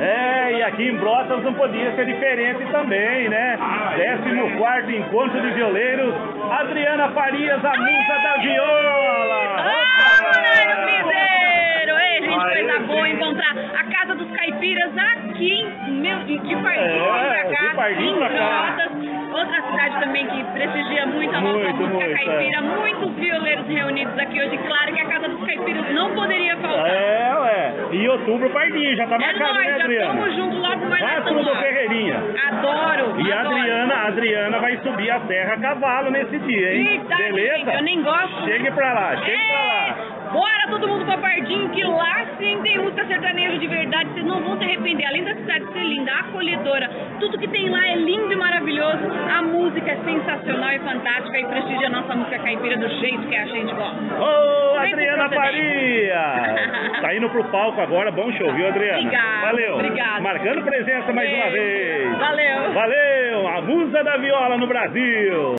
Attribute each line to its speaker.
Speaker 1: É, e aqui em Brotas não podia ser é diferente também, né? 14 encontro de violeiros, Adriana Farias, a musa da viola!
Speaker 2: Horário
Speaker 1: Opa!
Speaker 2: Piseiro! Ei, gente,
Speaker 1: Aí
Speaker 2: coisa
Speaker 1: sim.
Speaker 2: boa encontrar a Casa dos Caipiras aqui em meu, em- de Pardinho
Speaker 1: É,
Speaker 2: pra cá,
Speaker 1: de Pardinho
Speaker 2: em
Speaker 1: pra cá.
Speaker 2: Brotas. Outra cidade também que prestigia muito a nossa
Speaker 1: Muito,
Speaker 2: música
Speaker 1: muito,
Speaker 2: caipira.
Speaker 1: é.
Speaker 2: Muitos violeiros reunidos aqui hoje. Claro que a Casa dos Caipiras não poderia faltar.
Speaker 1: É, ué. E outubro, Pardinho, já tá
Speaker 2: É
Speaker 1: marcado,
Speaker 2: nóis,
Speaker 1: né,
Speaker 2: já estamos
Speaker 1: Adriana?
Speaker 2: juntos logo mais nós
Speaker 1: Quatro
Speaker 2: estamos
Speaker 1: do
Speaker 2: lá.
Speaker 1: Ferreirinha.
Speaker 2: Adoro!
Speaker 1: E a
Speaker 2: adoro.
Speaker 1: Adriana, a Adriana vai subir a serra a cavalo nesse dia, hein?
Speaker 2: Eita,
Speaker 1: Beleza?
Speaker 2: gente, eu nem gosto.
Speaker 1: Chegue pra lá, chegue pra lá.
Speaker 2: É, Bora todo mundo pra Pardinho, que lá sim tem música sertaneja de verdade, vocês não vão se arrepender. Além da cidade ser linda, acolhedora, tudo que tem lá é lindo e maravilhoso. A música é sensacional e fantástica e prestigia a nossa música caipira do jeito que a gente gosta.
Speaker 1: Ô,
Speaker 2: Vem
Speaker 1: Adriana
Speaker 2: com procedência.
Speaker 1: Faria! Tá indo pro palco agora, bom show, viu, Adriana?
Speaker 2: Obrigada,
Speaker 1: Valeu.
Speaker 2: obrigada.
Speaker 1: Marcando presença mais uma
Speaker 2: Beijo.
Speaker 1: vez.
Speaker 2: Valeu.
Speaker 1: Valeu, a musa da viola no Brasil.